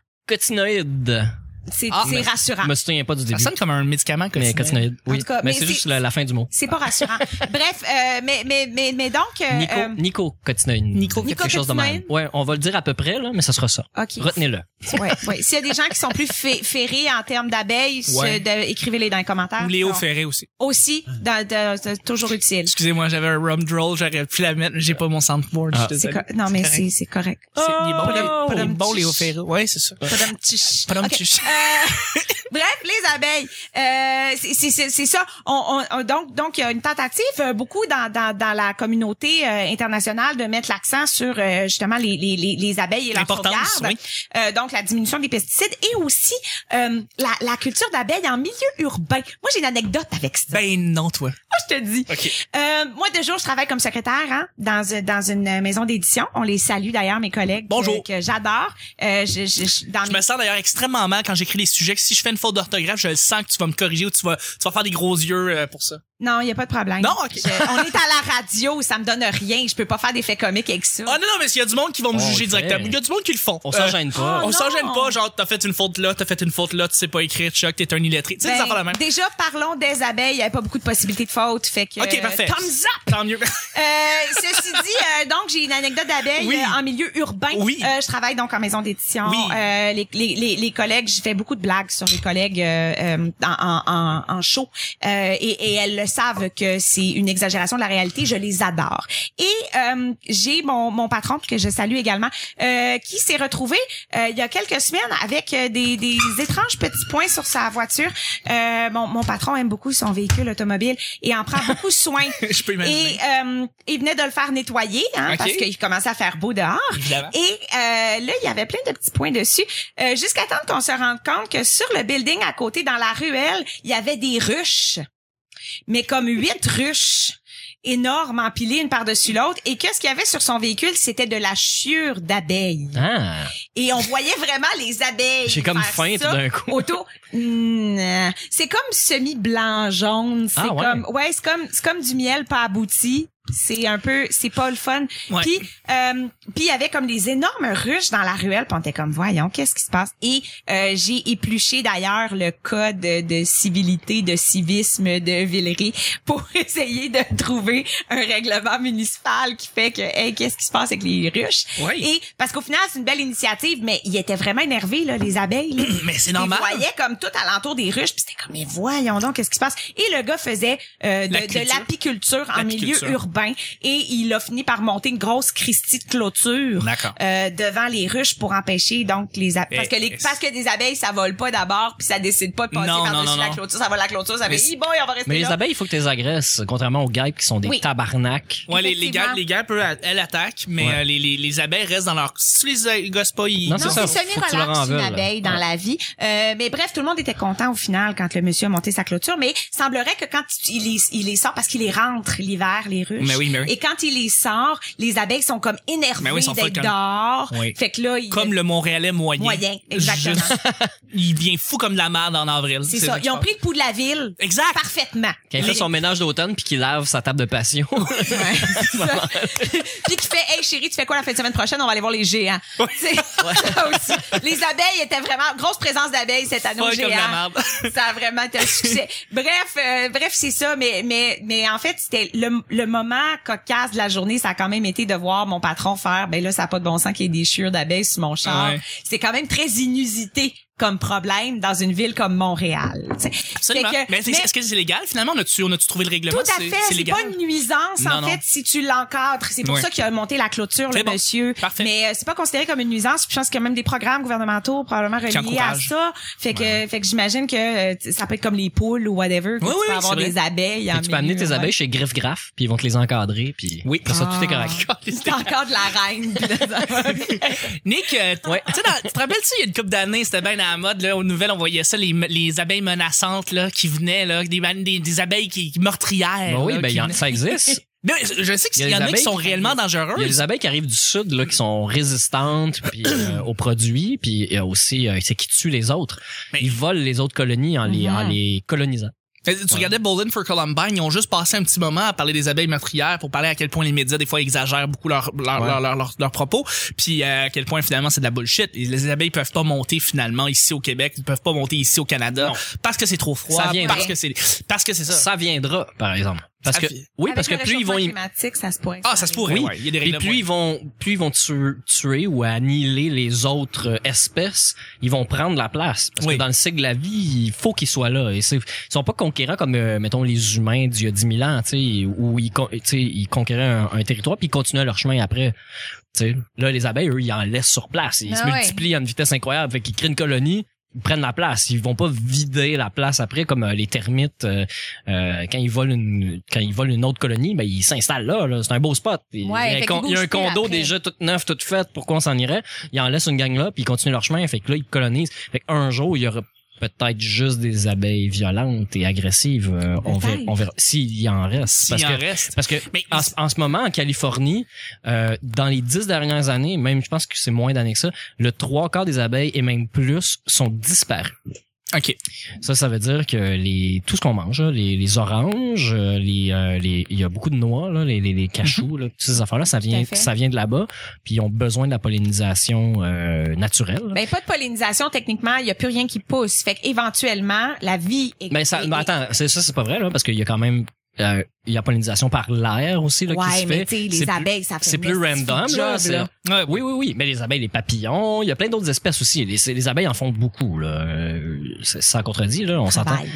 Speaker 3: cotinoïdes.
Speaker 4: C'est
Speaker 1: Ah,
Speaker 4: c'est
Speaker 1: mais-
Speaker 4: rassurant.
Speaker 3: Je me souviens pas du
Speaker 1: Ça
Speaker 3: début.
Speaker 1: sonne comme un médicament que
Speaker 3: Mais cotinoïdes,
Speaker 4: En
Speaker 3: oui.
Speaker 4: tout cas,
Speaker 3: mais
Speaker 4: mais
Speaker 3: c'est
Speaker 4: c'est-
Speaker 3: juste la, la fin du mot.
Speaker 4: C'est pas rassurant. Bref, euh, mais, mais, mais, mais donc... euh,
Speaker 3: Nico,
Speaker 4: euh,
Speaker 3: Nico cotinoïde.
Speaker 1: Nico
Speaker 3: quelque chose de même.
Speaker 4: cotinoïde?
Speaker 3: Ouais, on va le dire à peu près là, mais ça sera ça.
Speaker 4: OK.
Speaker 3: Retenez-le.
Speaker 4: Ouais, ouais. S'il y a des gens qui sont plus fé- ferrés en termes d'abeilles, se-
Speaker 1: Ouais.
Speaker 4: de- écrivez-les dans les commentaires.
Speaker 1: Ou Léo
Speaker 4: Donc,
Speaker 1: Ferré aussi.
Speaker 4: Aussi, dans- dans- c'est toujours utile.
Speaker 1: Excusez-moi, j'avais un rum roll, j'aurais pu la mettre, mais j'ai pas mon soundboard.
Speaker 3: Ah.
Speaker 1: je suis
Speaker 4: C'est
Speaker 1: désolé.
Speaker 4: co- non, mais
Speaker 1: correct.
Speaker 4: c'est c'est correct.
Speaker 1: C'est- Il est bon,
Speaker 4: Oh!
Speaker 1: Léo- il est bon, Léo
Speaker 4: Tch.
Speaker 1: Ferré. Ouais, c'est ça.
Speaker 4: Madame Tch.
Speaker 1: Pas d'homme
Speaker 4: Ok.
Speaker 1: tch.
Speaker 4: Euh, bref, les abeilles, euh, c'est- c'est c'est- c'est ça. On, on- on- donc, donc il y a une tentative euh, beaucoup dans, dans, dans la communauté euh, internationale de mettre l'accent sur euh, justement les, les, les, les abeilles et leur
Speaker 1: L'importance,
Speaker 4: sauvegarde.
Speaker 1: oui.
Speaker 4: Euh, donc, la diminution des pesticides et aussi euh, la, la culture d'abeilles en milieu urbain. Moi, j'ai une anecdote avec ça.
Speaker 1: Ben non, toi.
Speaker 4: Moi, Ah, je te dis.
Speaker 1: OK.
Speaker 4: Euh, moi, de jour, je travaille comme secrétaire hein, dans, une- dans une euh, maison d'édition. On les salue d'ailleurs, mes collègues.
Speaker 1: Bonjour.
Speaker 4: Que, que j'adore. Euh, je, je, je- dans
Speaker 1: Je
Speaker 4: mes-
Speaker 1: me sens d'ailleurs extrêmement mal quand j'écris les sujets. que Si je fais une faute d'orthographe, je le sens que tu vas me corriger ou tu vas, tu vas faire des gros yeux euh, pour ça.
Speaker 4: Non, il n'y a pas de problème.
Speaker 1: Non, ok.
Speaker 4: Je- on est à la radio, ça me donne rien. Je peux pas faire d'effets comiques avec ça.
Speaker 1: Ah non, non, mais il y a du monde qui vont me
Speaker 3: On
Speaker 1: juger
Speaker 3: le
Speaker 1: directement.
Speaker 3: fait.
Speaker 1: Il y a du monde qui le font.
Speaker 3: Oh, On
Speaker 1: Euh,
Speaker 3: s'en gêne pas.
Speaker 4: Oh,
Speaker 1: on s'en
Speaker 4: non.
Speaker 1: gêne pas, genre, t'as fait une faute là, t'as fait une faute là, tu sais pas écrire, Chuck, t'es un illettré. Tu sais,
Speaker 4: Ben,
Speaker 1: ça fait la même.
Speaker 4: Déjà, parlons des abeilles. Il n'y avait pas beaucoup de possibilités de faute. Fait que,
Speaker 1: Ok, parfait.
Speaker 4: Thumbs up!
Speaker 1: Tant mieux.
Speaker 4: Euh, ceci dit, euh, donc j'ai une anecdote d'abeille
Speaker 1: Oui.
Speaker 4: euh, en milieu urbain.
Speaker 1: Oui.
Speaker 4: Euh, je travaille donc en maison d'édition.
Speaker 1: Oui.
Speaker 4: Euh, les, les, les, les collègues, je fais beaucoup de blagues sur les collègues euh, euh, en, en, en, en show, Euh, et, et elles le savent que c'est une exagération de la réalité. Je les adore. Et euh, j'ai mon, mon patron que je salue également, euh, qui s'est retrouvé euh, il y a quelques semaines avec euh, des, des étranges petits points sur sa voiture. Euh, mon, mon patron aime beaucoup son véhicule automobile et en prend beaucoup soin.
Speaker 1: je peux
Speaker 4: Et
Speaker 1: imaginer.
Speaker 4: euh, il venait de le faire nettoyer hein,
Speaker 1: Ok.
Speaker 4: parce qu'il commençait à faire beau dehors.
Speaker 1: Évidemment.
Speaker 4: Et euh, là, il y avait plein de petits points dessus, euh, jusqu'à temps qu'on se rende compte que sur le building à côté, dans la ruelle, il y avait des ruches, mais comme huit ruches énormes empilées une par-dessus l'autre, et que ce qu'il y avait sur son véhicule, c'était de la chiure d'abeilles.
Speaker 3: Ah,
Speaker 4: Et on voyait vraiment les abeilles.
Speaker 3: j'ai comme
Speaker 4: faire
Speaker 3: faim tout
Speaker 4: ça
Speaker 3: d'un coup.
Speaker 4: auto Hmm, c'est comme semi blanc jaune c'est
Speaker 3: Ah ouais.
Speaker 4: comme ouais c'est comme c'est comme du miel pas abouti c'est un peu c'est pas le fun
Speaker 1: Ouais.
Speaker 4: puis euh, puis il y avait comme des énormes ruches dans la ruelle puis on était comme voyons qu'est-ce qui se passe et euh, j'ai épluché d'ailleurs le code de civilité de civisme de Villeray pour essayer de trouver un règlement municipal qui fait que hey, qu'est-ce qui se passe avec les ruches
Speaker 1: Oui.
Speaker 4: et parce qu'au final c'est une belle initiative mais ils étaient vraiment énervés là les abeilles là.
Speaker 1: Mais c'est
Speaker 4: Ils
Speaker 1: normal.
Speaker 4: voyaient comme tout alentour des ruches, puis c'était comme mais voyons donc qu'est-ce qui se passe. Et le gars faisait euh, de-
Speaker 1: La
Speaker 4: de
Speaker 1: culture.
Speaker 4: l'apiculture en milieu
Speaker 1: L'apiculture.
Speaker 4: urbain et il a fini par monter une grosse Christie de clôture
Speaker 1: D'accord.
Speaker 4: euh, devant les ruches pour empêcher donc les abeilles parce que les
Speaker 1: Eh,
Speaker 4: parce que des abeilles ça vole pas d'abord puis ça décide pas de passer
Speaker 1: Non, non,
Speaker 4: par-dessus
Speaker 1: non,
Speaker 4: la
Speaker 1: non.
Speaker 4: clôture, ça vole la clôture, ça
Speaker 1: Mais
Speaker 4: fait
Speaker 1: c'est-
Speaker 4: Hi, boy, on va rester
Speaker 3: Mais les
Speaker 4: là.
Speaker 3: abeilles, il faut que tu les agresses, contrairement aux guêpes qui sont des
Speaker 4: Oui.
Speaker 3: tabarnaks.
Speaker 1: Ouais, les, les gars,
Speaker 4: Effectivement.
Speaker 1: les gars, eux, elles attaquent, mais
Speaker 3: Ouais.
Speaker 1: euh, les, les, les abeilles restent dans leur. Si tu les euh, gosses pas, ils.
Speaker 3: Non,
Speaker 4: Non,
Speaker 3: c'est
Speaker 4: c'est
Speaker 3: ça, faut que tu leur en
Speaker 4: semi-relax une
Speaker 3: veuilles.
Speaker 4: abeille dans
Speaker 3: Ouais.
Speaker 4: la vie. Euh, mais bref, tout le monde était content au final quand le monsieur a monté sa clôture, mais semblerait que quand il les, il les sort, parce qu'il les rentre l'hiver, les ruches, peluche.
Speaker 1: Mais oui, mais oui.
Speaker 4: Et quand il les sort, les abeilles sont comme énervées
Speaker 1: Mais oui, ils sont folles
Speaker 4: d'être
Speaker 1: comme-
Speaker 4: dehors.
Speaker 3: Oui.
Speaker 4: Fait que là, il...
Speaker 1: Comme le Montréalais moyen.
Speaker 4: Moyen, exactement.
Speaker 1: Juste- il devient fou comme la merde en avril.
Speaker 4: c'est ça.
Speaker 1: qui
Speaker 4: Ils ont
Speaker 1: se passe.
Speaker 4: pris le pouls de la ville.
Speaker 1: Exact.
Speaker 4: Parfaitement.
Speaker 3: Quand il fait son ménage d'automne puis qu'il lave sa table de passion.
Speaker 4: Ouais, c'est ça. Puis qui fait, hey chérie, tu fais quoi la fin de semaine prochaine? On va aller voir les géants. C'est ça aussi. Les abeilles étaient vraiment, grosse présence d'abeilles cette année aux
Speaker 1: Folle comme la
Speaker 4: géants.
Speaker 1: marde.
Speaker 4: Ça a vraiment été un succès. bref, euh, bref, c'est ça. Mais, mais, mais en fait, c'était le, le moment cocasse de la journée. Ça a quand même été de voir mon patron faire, ben là, ça n'a pas de bon sens qu'il y ait des chiures d'abeilles sur mon char.
Speaker 1: Ouais.
Speaker 4: C'est quand même très inusité comme problème dans une ville comme Montréal. tu sais.
Speaker 1: Absolument.
Speaker 4: Fait que-
Speaker 1: mais c'est-
Speaker 4: mais-
Speaker 1: est-ce que c'est légal finalement? On a-tu, on a-tu trouvé le règlement?
Speaker 4: tout à
Speaker 1: C'est-
Speaker 4: fait.
Speaker 1: C'est
Speaker 4: C'est
Speaker 1: légal.
Speaker 4: pas une nuisance,
Speaker 1: Non,
Speaker 4: en
Speaker 1: non.
Speaker 4: fait, si tu l'encadres. C'est pour
Speaker 1: Ouais.
Speaker 4: ça qu'il a monté la clôture,
Speaker 1: C'est
Speaker 4: le
Speaker 1: bon.
Speaker 4: monsieur.
Speaker 1: Parfait.
Speaker 4: Mais euh, c'est pas considéré comme une nuisance. Puis je pense qu'il y a même des programmes gouvernementaux probablement
Speaker 1: Qui
Speaker 4: reliés à
Speaker 1: encouragent.
Speaker 4: ça. Fait que, fait que j'imagine que euh, t- ça peut être comme les poules ou whatever.
Speaker 1: Oui,
Speaker 4: que tu
Speaker 1: oui,
Speaker 4: peux
Speaker 1: oui,
Speaker 4: avoir
Speaker 1: c'est
Speaker 4: des abeilles. en
Speaker 3: tu peux amener
Speaker 4: milieu, hein.
Speaker 3: tes
Speaker 4: ouais.
Speaker 3: abeilles chez Griff Graff puis ils vont te les encadrer puis
Speaker 1: Oui.
Speaker 3: Pour ça tout est correct.
Speaker 4: Ah. C'est encore de la reine. puis de-
Speaker 1: Nick, euh, tu sais, dans- tu te rappelles-tu, il y a une couple d'années, c'était bien dans la mode, là, aux nouvelles, on voyait ça, les, les abeilles menaçantes, là, qui venaient, là, des, des, des abeilles qui, meurtrières.
Speaker 3: Ben oui,
Speaker 1: là,
Speaker 3: ben,
Speaker 1: qui
Speaker 3: il y en-
Speaker 1: venaient.
Speaker 3: ça existe.
Speaker 1: Mais je sais
Speaker 3: Il y
Speaker 1: qu'il y, en
Speaker 3: a les
Speaker 1: a qui
Speaker 3: abeilles
Speaker 1: sont
Speaker 3: qui-
Speaker 1: réellement
Speaker 3: Il y a
Speaker 1: dangereuses.
Speaker 3: des abeilles qui arrivent du sud là qui sont résistantes puis euh, aux produits puis il y a aussi euh, c'est qui tuent les autres.
Speaker 1: Mais-
Speaker 3: Ils volent les autres colonies en les en
Speaker 4: Mhm.
Speaker 3: les colonisant.
Speaker 1: Euh, Tu regardais Bowling for Columbine, ils ont juste passé un petit moment à parler des abeilles meurtrières pour parler à quel point les médias, des fois, exagèrent beaucoup leurs leurs-
Speaker 3: Ouais.
Speaker 1: leurs- leurs- leurs- leurs propos, puis euh, à quel point, finalement, c'est de la bullshit. Et Les abeilles peuvent pas monter, finalement, ici au Québec, ils peuvent pas monter ici au Canada, parce que c'est trop froid,
Speaker 3: Ça vient
Speaker 1: parce
Speaker 3: de-
Speaker 1: que c'est parce que c'est ça.
Speaker 3: Ça viendra par exemple parce
Speaker 1: Ça
Speaker 3: que
Speaker 1: vi-
Speaker 3: oui
Speaker 4: Avec
Speaker 3: parce que
Speaker 4: le
Speaker 3: plus ils
Speaker 4: réchauffement
Speaker 3: vont y-
Speaker 4: climatique, ça se pourrait.
Speaker 1: Ah, ça se pourrait,
Speaker 3: Oui.
Speaker 1: ouais, il y a des
Speaker 3: Puis
Speaker 1: règlements.
Speaker 3: plus ils vont, plus ils vont tuer, tuer ou annihiler les autres euh, espèces, ils vont prendre la place. Parce
Speaker 1: Oui.
Speaker 3: que dans le cycle de la vie, il faut qu'ils soient là. Et c'est- ils sont pas conquérants comme, euh, mettons, les humains d'il y a 10 000 ans, tu sais, où ils, con- tu sais, ils conquéraient un, un territoire puis ils continuaient leur chemin après. Tu sais, Là, les abeilles, eux, ils en laissent sur place. Ils
Speaker 4: Ah
Speaker 3: se
Speaker 4: ouais.
Speaker 3: multiplient à une vitesse incroyable. Fait qu'ils créent une colonie, ils prennent la place. Ils vont pas vider la place après comme euh, les termites. euh, euh, quand ils volent une quand ils volent une autre colonie, ben ils s'installent là, là. c'est un beau spot. Il y a
Speaker 4: Ouais,
Speaker 3: un
Speaker 4: fait
Speaker 3: con-
Speaker 4: qu'ils
Speaker 3: il y a un
Speaker 4: bougent plus
Speaker 3: condo
Speaker 4: après.
Speaker 3: déjà tout neuf, tout fait, pourquoi on s'en irait Ils en laissent une gang là, puis ils continuent leur chemin, fait que là ils colonisent. Fait qu'un jour, il y aura peut-être juste des abeilles violentes et agressives, Euh, on verra,
Speaker 4: Peut-être.
Speaker 3: on verra s'il y en reste parce
Speaker 1: s'il
Speaker 3: que
Speaker 1: en reste.
Speaker 3: parce que
Speaker 1: Mais
Speaker 3: en, ce- en ce moment, en Californie, euh, dans les dix dernières années, même je pense que c'est moins d'années que ça, le trois quarts des abeilles et même plus sont disparus.
Speaker 1: OK.
Speaker 3: Ça, ça veut dire que les tout ce qu'on mange, là, les, les oranges, euh, les, euh, les- il y a beaucoup de noix, là, les, les, les cachous, là, toutes ces affaires-là, ça vient,
Speaker 4: Mhm. fait.
Speaker 3: ça vient de là-bas, puis ils ont besoin de la pollinisation euh, naturelle. là.
Speaker 4: Ben, pas de pollinisation, techniquement. Il y a plus rien qui pousse. Fait qu'éventuellement, la vie est...
Speaker 3: Mais Ben, ça,
Speaker 4: est-
Speaker 3: mais attends, c'est ça, c'est pas vrai là, parce qu'il y a quand même, euh, il y a pollinisation par l'air aussi là, qui
Speaker 4: Ouais,
Speaker 3: se
Speaker 4: mais
Speaker 3: fait.
Speaker 4: tu sais,
Speaker 3: C'est
Speaker 4: les
Speaker 3: plus-
Speaker 4: abeilles, ça fait
Speaker 3: c'est
Speaker 4: une
Speaker 3: plus
Speaker 4: petite
Speaker 3: random
Speaker 4: job,
Speaker 3: là. c'est-
Speaker 4: là.
Speaker 1: Ouais,
Speaker 3: Oui, oui, oui. Mais les abeilles, les papillons, il y a plein d'autres espèces aussi. Les, les abeilles en font beaucoup là. Euh, c'est- Ça contredit
Speaker 4: Ah,
Speaker 3: là,
Speaker 4: ben,
Speaker 3: on s'entend.
Speaker 4: Travail.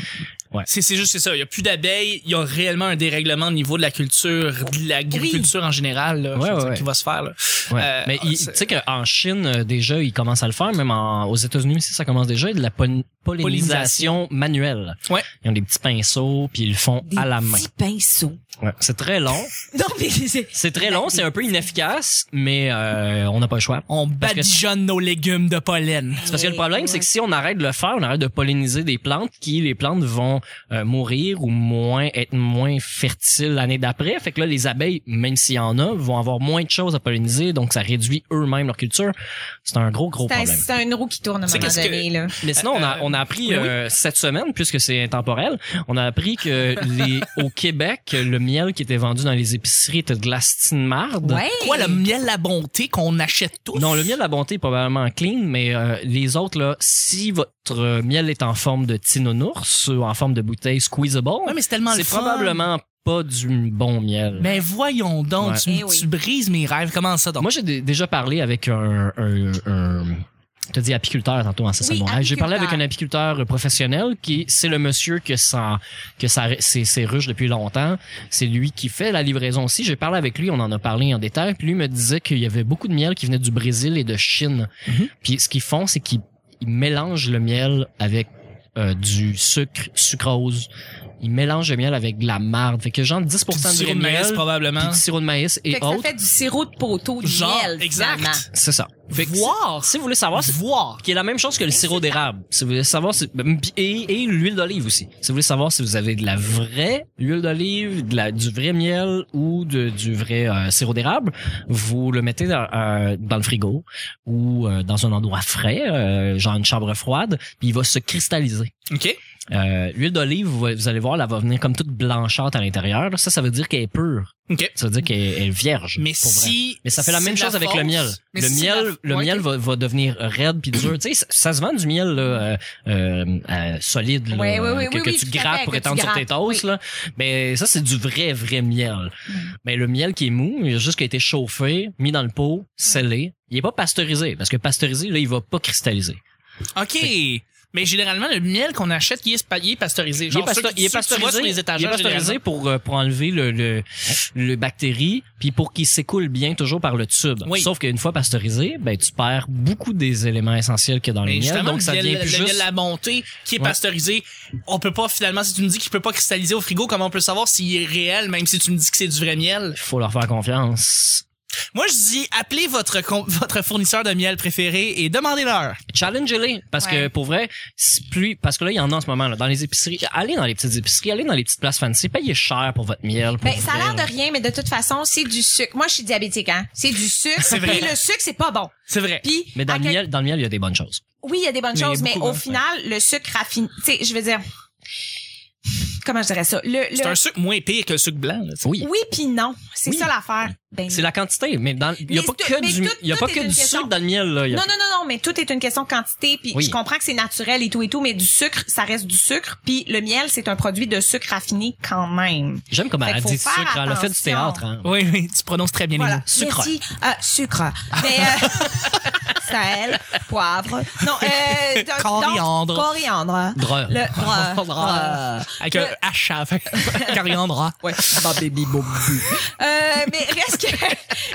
Speaker 1: C'est, c'est juste c'est ça. Il y a plus d'abeilles. Il y a réellement un dérèglement au niveau de la culture, de l'agriculture en général là, je
Speaker 3: Ouais,
Speaker 1: veux dire,
Speaker 3: ouais,
Speaker 1: qui
Speaker 3: ouais.
Speaker 1: va se faire. Là.
Speaker 3: Ouais.
Speaker 1: Euh,
Speaker 3: mais
Speaker 1: ah,
Speaker 3: il- tu
Speaker 1: c'est-
Speaker 3: sais qu'en Chine, euh, déjà, ils commencent à le faire. Même en- aux États-Unis, aussi, ça commence déjà. Il y a de la pol- pollinisation manuelle.
Speaker 1: Ouais.
Speaker 3: Ils ont des petits pinceaux, puis ils le font
Speaker 4: Des
Speaker 3: à la main.
Speaker 4: petits pinceaux.
Speaker 3: Ouais. C'est très long.
Speaker 4: Non, mais c'est...
Speaker 3: C'est très long, c'est un peu inefficace, mais euh, on n'a pas le choix.
Speaker 1: On
Speaker 3: Parce que-
Speaker 1: badigeonne nos légumes de pollen.
Speaker 3: C'est parce que le
Speaker 4: Oui,
Speaker 3: problème,
Speaker 4: oui.
Speaker 3: c'est que si on arrête de le faire, on arrête de polliniser des plantes, qui les plantes vont euh, mourir ou moins être moins fertiles l'année d'après. Fait que là, les abeilles, même s'il y en a, vont avoir moins de choses à polliniser, donc ça réduit eux-mêmes leur culture. C'est un gros gros
Speaker 4: C'est un-
Speaker 3: problème.
Speaker 4: C'est un roue qui tourne à un
Speaker 1: C'est
Speaker 4: moment
Speaker 1: qu'est-ce
Speaker 4: donné, là.
Speaker 3: Mais sinon, on a, on a appris
Speaker 1: oui, oui.
Speaker 3: euh, cette semaine, puisque c'est intemporel, on a appris que les au Québec, le miel qui était vendu dans les épiceries était de l'astine marde.
Speaker 4: Ouais.
Speaker 1: Quoi, le miel la bonté qu'on achète tous?
Speaker 3: Non, le miel de la bonté est probablement clean, mais euh, les autres, là, si votre euh, miel est en forme de petit nounours ou en forme de bouteille squeezable,
Speaker 1: Ouais, mais c'est tellement le
Speaker 3: c'est
Speaker 1: fun.
Speaker 3: probablement pas du bon miel.
Speaker 1: Mais voyons donc,
Speaker 3: Ouais.
Speaker 1: tu,
Speaker 4: Eh oui.
Speaker 1: tu brises mes rêves. Comment ça donc?
Speaker 3: Moi, j'ai dé- déjà parlé avec un... un, un je te dis apiculteur tantôt hein, en
Speaker 4: Oui,
Speaker 3: Saint-Saint-Montréal. J'ai parlé avec
Speaker 4: apiculteur.
Speaker 3: un apiculteur professionnel qui c'est le monsieur que ça que ça c'est c'est ruche depuis longtemps. C'est lui qui fait la livraison aussi. J'ai parlé avec lui, on en a parlé en détail. Puis lui me disait qu'il y avait beaucoup de miel qui venait du Brésil et de Chine.
Speaker 1: Mhm.
Speaker 3: Puis ce qu'ils font, c'est qu'ils ils mélangent le miel avec euh, du sucre, sucrose. Ils mélangent le miel avec de la marde. Fait que genre 10%
Speaker 1: Puis du
Speaker 3: de
Speaker 1: sirop
Speaker 3: vrai
Speaker 1: de maïs,
Speaker 3: miel, puis
Speaker 1: probablement.
Speaker 3: du sirop de maïs et
Speaker 4: Fait que ça
Speaker 3: autres.
Speaker 4: fait du sirop de poteau, du
Speaker 1: Genre,
Speaker 4: miel,
Speaker 1: exact.
Speaker 4: finalement.
Speaker 3: C'est ça. Fait que
Speaker 1: Voir.
Speaker 3: si- Si vous voulez savoir, c'est-
Speaker 1: Voir.
Speaker 3: qui est la même chose que le sirop d'érable. Si vous voulez savoir si, ben, pis- et, et l'huile d'olive aussi. Si vous voulez savoir si vous avez de la vraie huile d'olive, de la du vrai miel ou de, du vrai euh, sirop d'érable, vous le mettez dans, euh, dans le frigo ou euh, dans un endroit frais, euh, genre une chambre froide, puis il va se cristalliser.
Speaker 1: OK.
Speaker 3: Euh, l'huile d'olive, vous, vous allez voir, elle va venir comme toute blanchâtre à l'intérieur. Ça, ça veut dire qu'elle est pure.
Speaker 1: OK.
Speaker 3: Ça veut dire qu'elle est- elle est vierge.
Speaker 1: Mais
Speaker 3: pour vrai.
Speaker 1: si.
Speaker 3: Mais ça fait la
Speaker 1: c'est
Speaker 3: même
Speaker 1: de
Speaker 3: chose avec le
Speaker 1: fausse,
Speaker 3: miel.
Speaker 1: mais
Speaker 3: le
Speaker 1: si c'est
Speaker 3: miel,
Speaker 1: la-
Speaker 3: le
Speaker 1: Ouais,
Speaker 3: miel
Speaker 1: ok.
Speaker 3: va, va devenir raide puis dur. tu sais, ça, ça se vend du miel là, euh, euh, euh, solide là,
Speaker 4: Ouais, ouais, ouais,
Speaker 3: que,
Speaker 4: oui,
Speaker 3: que
Speaker 4: oui,
Speaker 3: tu
Speaker 4: tout à
Speaker 3: grappes
Speaker 4: fait,
Speaker 3: pour
Speaker 4: que tu
Speaker 3: étendre sur tes
Speaker 4: grappes,
Speaker 3: toasts.
Speaker 4: oui. Mm.
Speaker 3: Là. Mais ça, c'est du vrai, vrai miel. Mais le miel qui est mou, il a juste qui a été chauffé, mis dans le
Speaker 4: Mm.
Speaker 3: pot, scellé. Il est pas pasteurisé parce que pasteurisé, là, il va pas cristalliser.
Speaker 1: OK. Mais généralement, le miel qu'on achète, il est, spa- il est pasteurisé.
Speaker 3: il est,
Speaker 1: Genre
Speaker 3: paste-
Speaker 1: ceux que-
Speaker 3: il est
Speaker 1: ceux que tu vois
Speaker 3: pasteurisé,
Speaker 1: sur les étagères,
Speaker 3: il est pasteurisé
Speaker 1: généralement.
Speaker 3: pour, euh, pour enlever le, le, le bactérie, puis pour qu'il s'écoule bien toujours par le tube.
Speaker 1: Oui.
Speaker 3: Sauf qu'une fois pasteurisé, ben, tu perds beaucoup des éléments essentiels qu'il y a dans
Speaker 1: Mais
Speaker 3: le miel.
Speaker 1: Ben, justement,
Speaker 3: Donc, ça
Speaker 1: le,
Speaker 3: devient
Speaker 1: miel,
Speaker 3: plus
Speaker 1: le miel
Speaker 3: juste.
Speaker 1: à monter qui est
Speaker 3: Ouais.
Speaker 1: pasteurisé, on peut pas finalement, si tu me dis qu'il peut pas cristalliser au frigo, comment on peut savoir s'il est réel, même si tu me dis que c'est du vrai miel?
Speaker 3: Il faut leur faire confiance.
Speaker 1: Moi, je dis, appelez votre, com- votre fournisseur de miel préféré et demandez-leur.
Speaker 3: Challenge-les. Parce que
Speaker 4: Ouais.
Speaker 3: pour vrai, c'est plus, parce que là, il y en a en ce moment, là, dans les épiceries. Allez dans les petites épiceries, allez dans les petites places fancy, payez cher pour votre miel. Pour
Speaker 4: Ben, ça a l'air de rien, mais de toute façon, c'est du sucre. Moi, je suis diabétique, hein. C'est du sucre.
Speaker 1: C'est vrai.
Speaker 4: Puis le sucre, c'est pas bon.
Speaker 1: C'est vrai.
Speaker 4: Puis,
Speaker 3: Mais dans
Speaker 4: à
Speaker 3: le
Speaker 4: quel-
Speaker 3: miel, dans le miel, il y a des bonnes choses.
Speaker 4: oui, il y a des bonnes
Speaker 1: Mais il y a
Speaker 4: choses, mais
Speaker 1: beaucoup,
Speaker 4: au
Speaker 1: hein.
Speaker 4: final, le sucre raffiné, tu sais, je veux dire, comment je dirais ça? Le, le-
Speaker 1: C'est un sucre moins pire que le sucre blanc. là, tu sais.
Speaker 3: Oui.
Speaker 4: Oui, puis non. C'est
Speaker 3: Oui.
Speaker 4: ça l'affaire. Ben,
Speaker 3: C'est la quantité, mais dans, il y a
Speaker 4: Mais
Speaker 3: pas
Speaker 4: tout-
Speaker 3: que
Speaker 4: mais
Speaker 3: du,
Speaker 4: tout-
Speaker 3: il y a
Speaker 4: tout
Speaker 3: pas
Speaker 4: est
Speaker 3: que
Speaker 4: une
Speaker 3: du
Speaker 4: question.
Speaker 3: sucre dans le miel, là. Il y a
Speaker 4: Non, non, non, non, mais tout est une question de quantité, puis
Speaker 3: Oui.
Speaker 4: je comprends que c'est naturel et tout et tout, mais du sucre, ça reste du sucre, puis le miel, c'est un produit de sucre raffiné quand même.
Speaker 3: J'aime comment
Speaker 4: Fait
Speaker 3: elle
Speaker 4: qu'il
Speaker 3: dit
Speaker 4: faut faire
Speaker 3: sucre. Elle a fait du
Speaker 4: attention.
Speaker 3: théâtre. Hein.
Speaker 1: Oui, oui, tu prononces très bien les
Speaker 4: Voilà,
Speaker 1: mots.
Speaker 3: Sucre.
Speaker 4: merci. Euh, sucre. Mais, euh, sel, poivre. Non, euh, donc- donc,
Speaker 1: Coriandre.
Speaker 4: coriandre.
Speaker 3: Dreur.
Speaker 4: Le euh, dreur, dreur.
Speaker 1: Avec un H à la fin. Coriandre.
Speaker 5: Ouais.
Speaker 1: Ah,
Speaker 5: Ma baby boom.
Speaker 4: Euh, mais reste que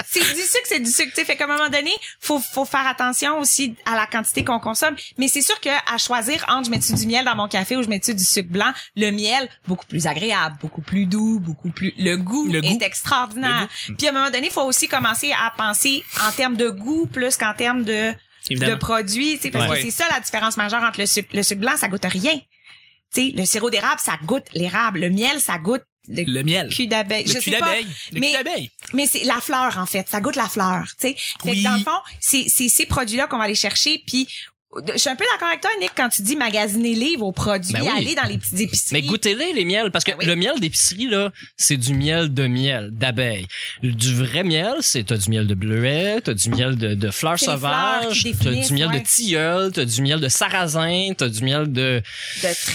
Speaker 4: c'est du sucre, c'est du sucre. Tu sais, fait qu'à un moment donné, faut faut faire attention aussi à la quantité qu'on consomme. Mais c'est sûr que à choisir entre je mets-tu du miel dans mon café ou je mets-tu du sucre blanc, le miel beaucoup plus agréable, beaucoup plus doux, beaucoup plus le goût
Speaker 1: Le
Speaker 4: est
Speaker 1: goût. Mm.
Speaker 4: extraordinaire. Puis à un moment donné, faut aussi commencer à penser en termes de goût plus qu'en termes de
Speaker 1: Évidemment.
Speaker 4: de produits, tu sais, parce
Speaker 1: Ouais.
Speaker 4: que c'est ça la différence majeure entre le sucre, le sucre blanc, ça goûte rien. Tu sais, le sirop d'érable, ça goûte l'érable. Le miel, ça goûte le,
Speaker 1: Le miel.
Speaker 4: cul d'abeille.
Speaker 1: Le
Speaker 4: Je
Speaker 1: cul
Speaker 4: sais pas.
Speaker 1: d'abeille. Le
Speaker 4: mais-
Speaker 1: cul d'abeille.
Speaker 4: Mais c'est la fleur, en fait. Ça goûte la fleur, tu sais. Fait que
Speaker 1: Oui.
Speaker 4: dans le fond, c'est c'est ces produits-là qu'on va aller chercher, puis... Je suis un peu d'accord avec toi, Nick, quand tu dis magasiner livres aux produits,
Speaker 3: Ben oui.
Speaker 4: aller dans les petites épiceries.
Speaker 3: Mais goûtez-les, les miels, parce que
Speaker 4: Ah oui.
Speaker 3: le miel d'épicerie, là, c'est du miel de miel, d'abeille. Du vrai miel, c'est t'as du miel de bleuet, t'as du miel de, de fleurs
Speaker 4: C'est les fleurs
Speaker 3: sauvages,
Speaker 4: qui
Speaker 3: t'as
Speaker 4: définissent,
Speaker 3: du miel
Speaker 4: ouais.
Speaker 3: de tilleul, t'as du miel de sarrasin, t'as du miel de,
Speaker 4: de trèfle,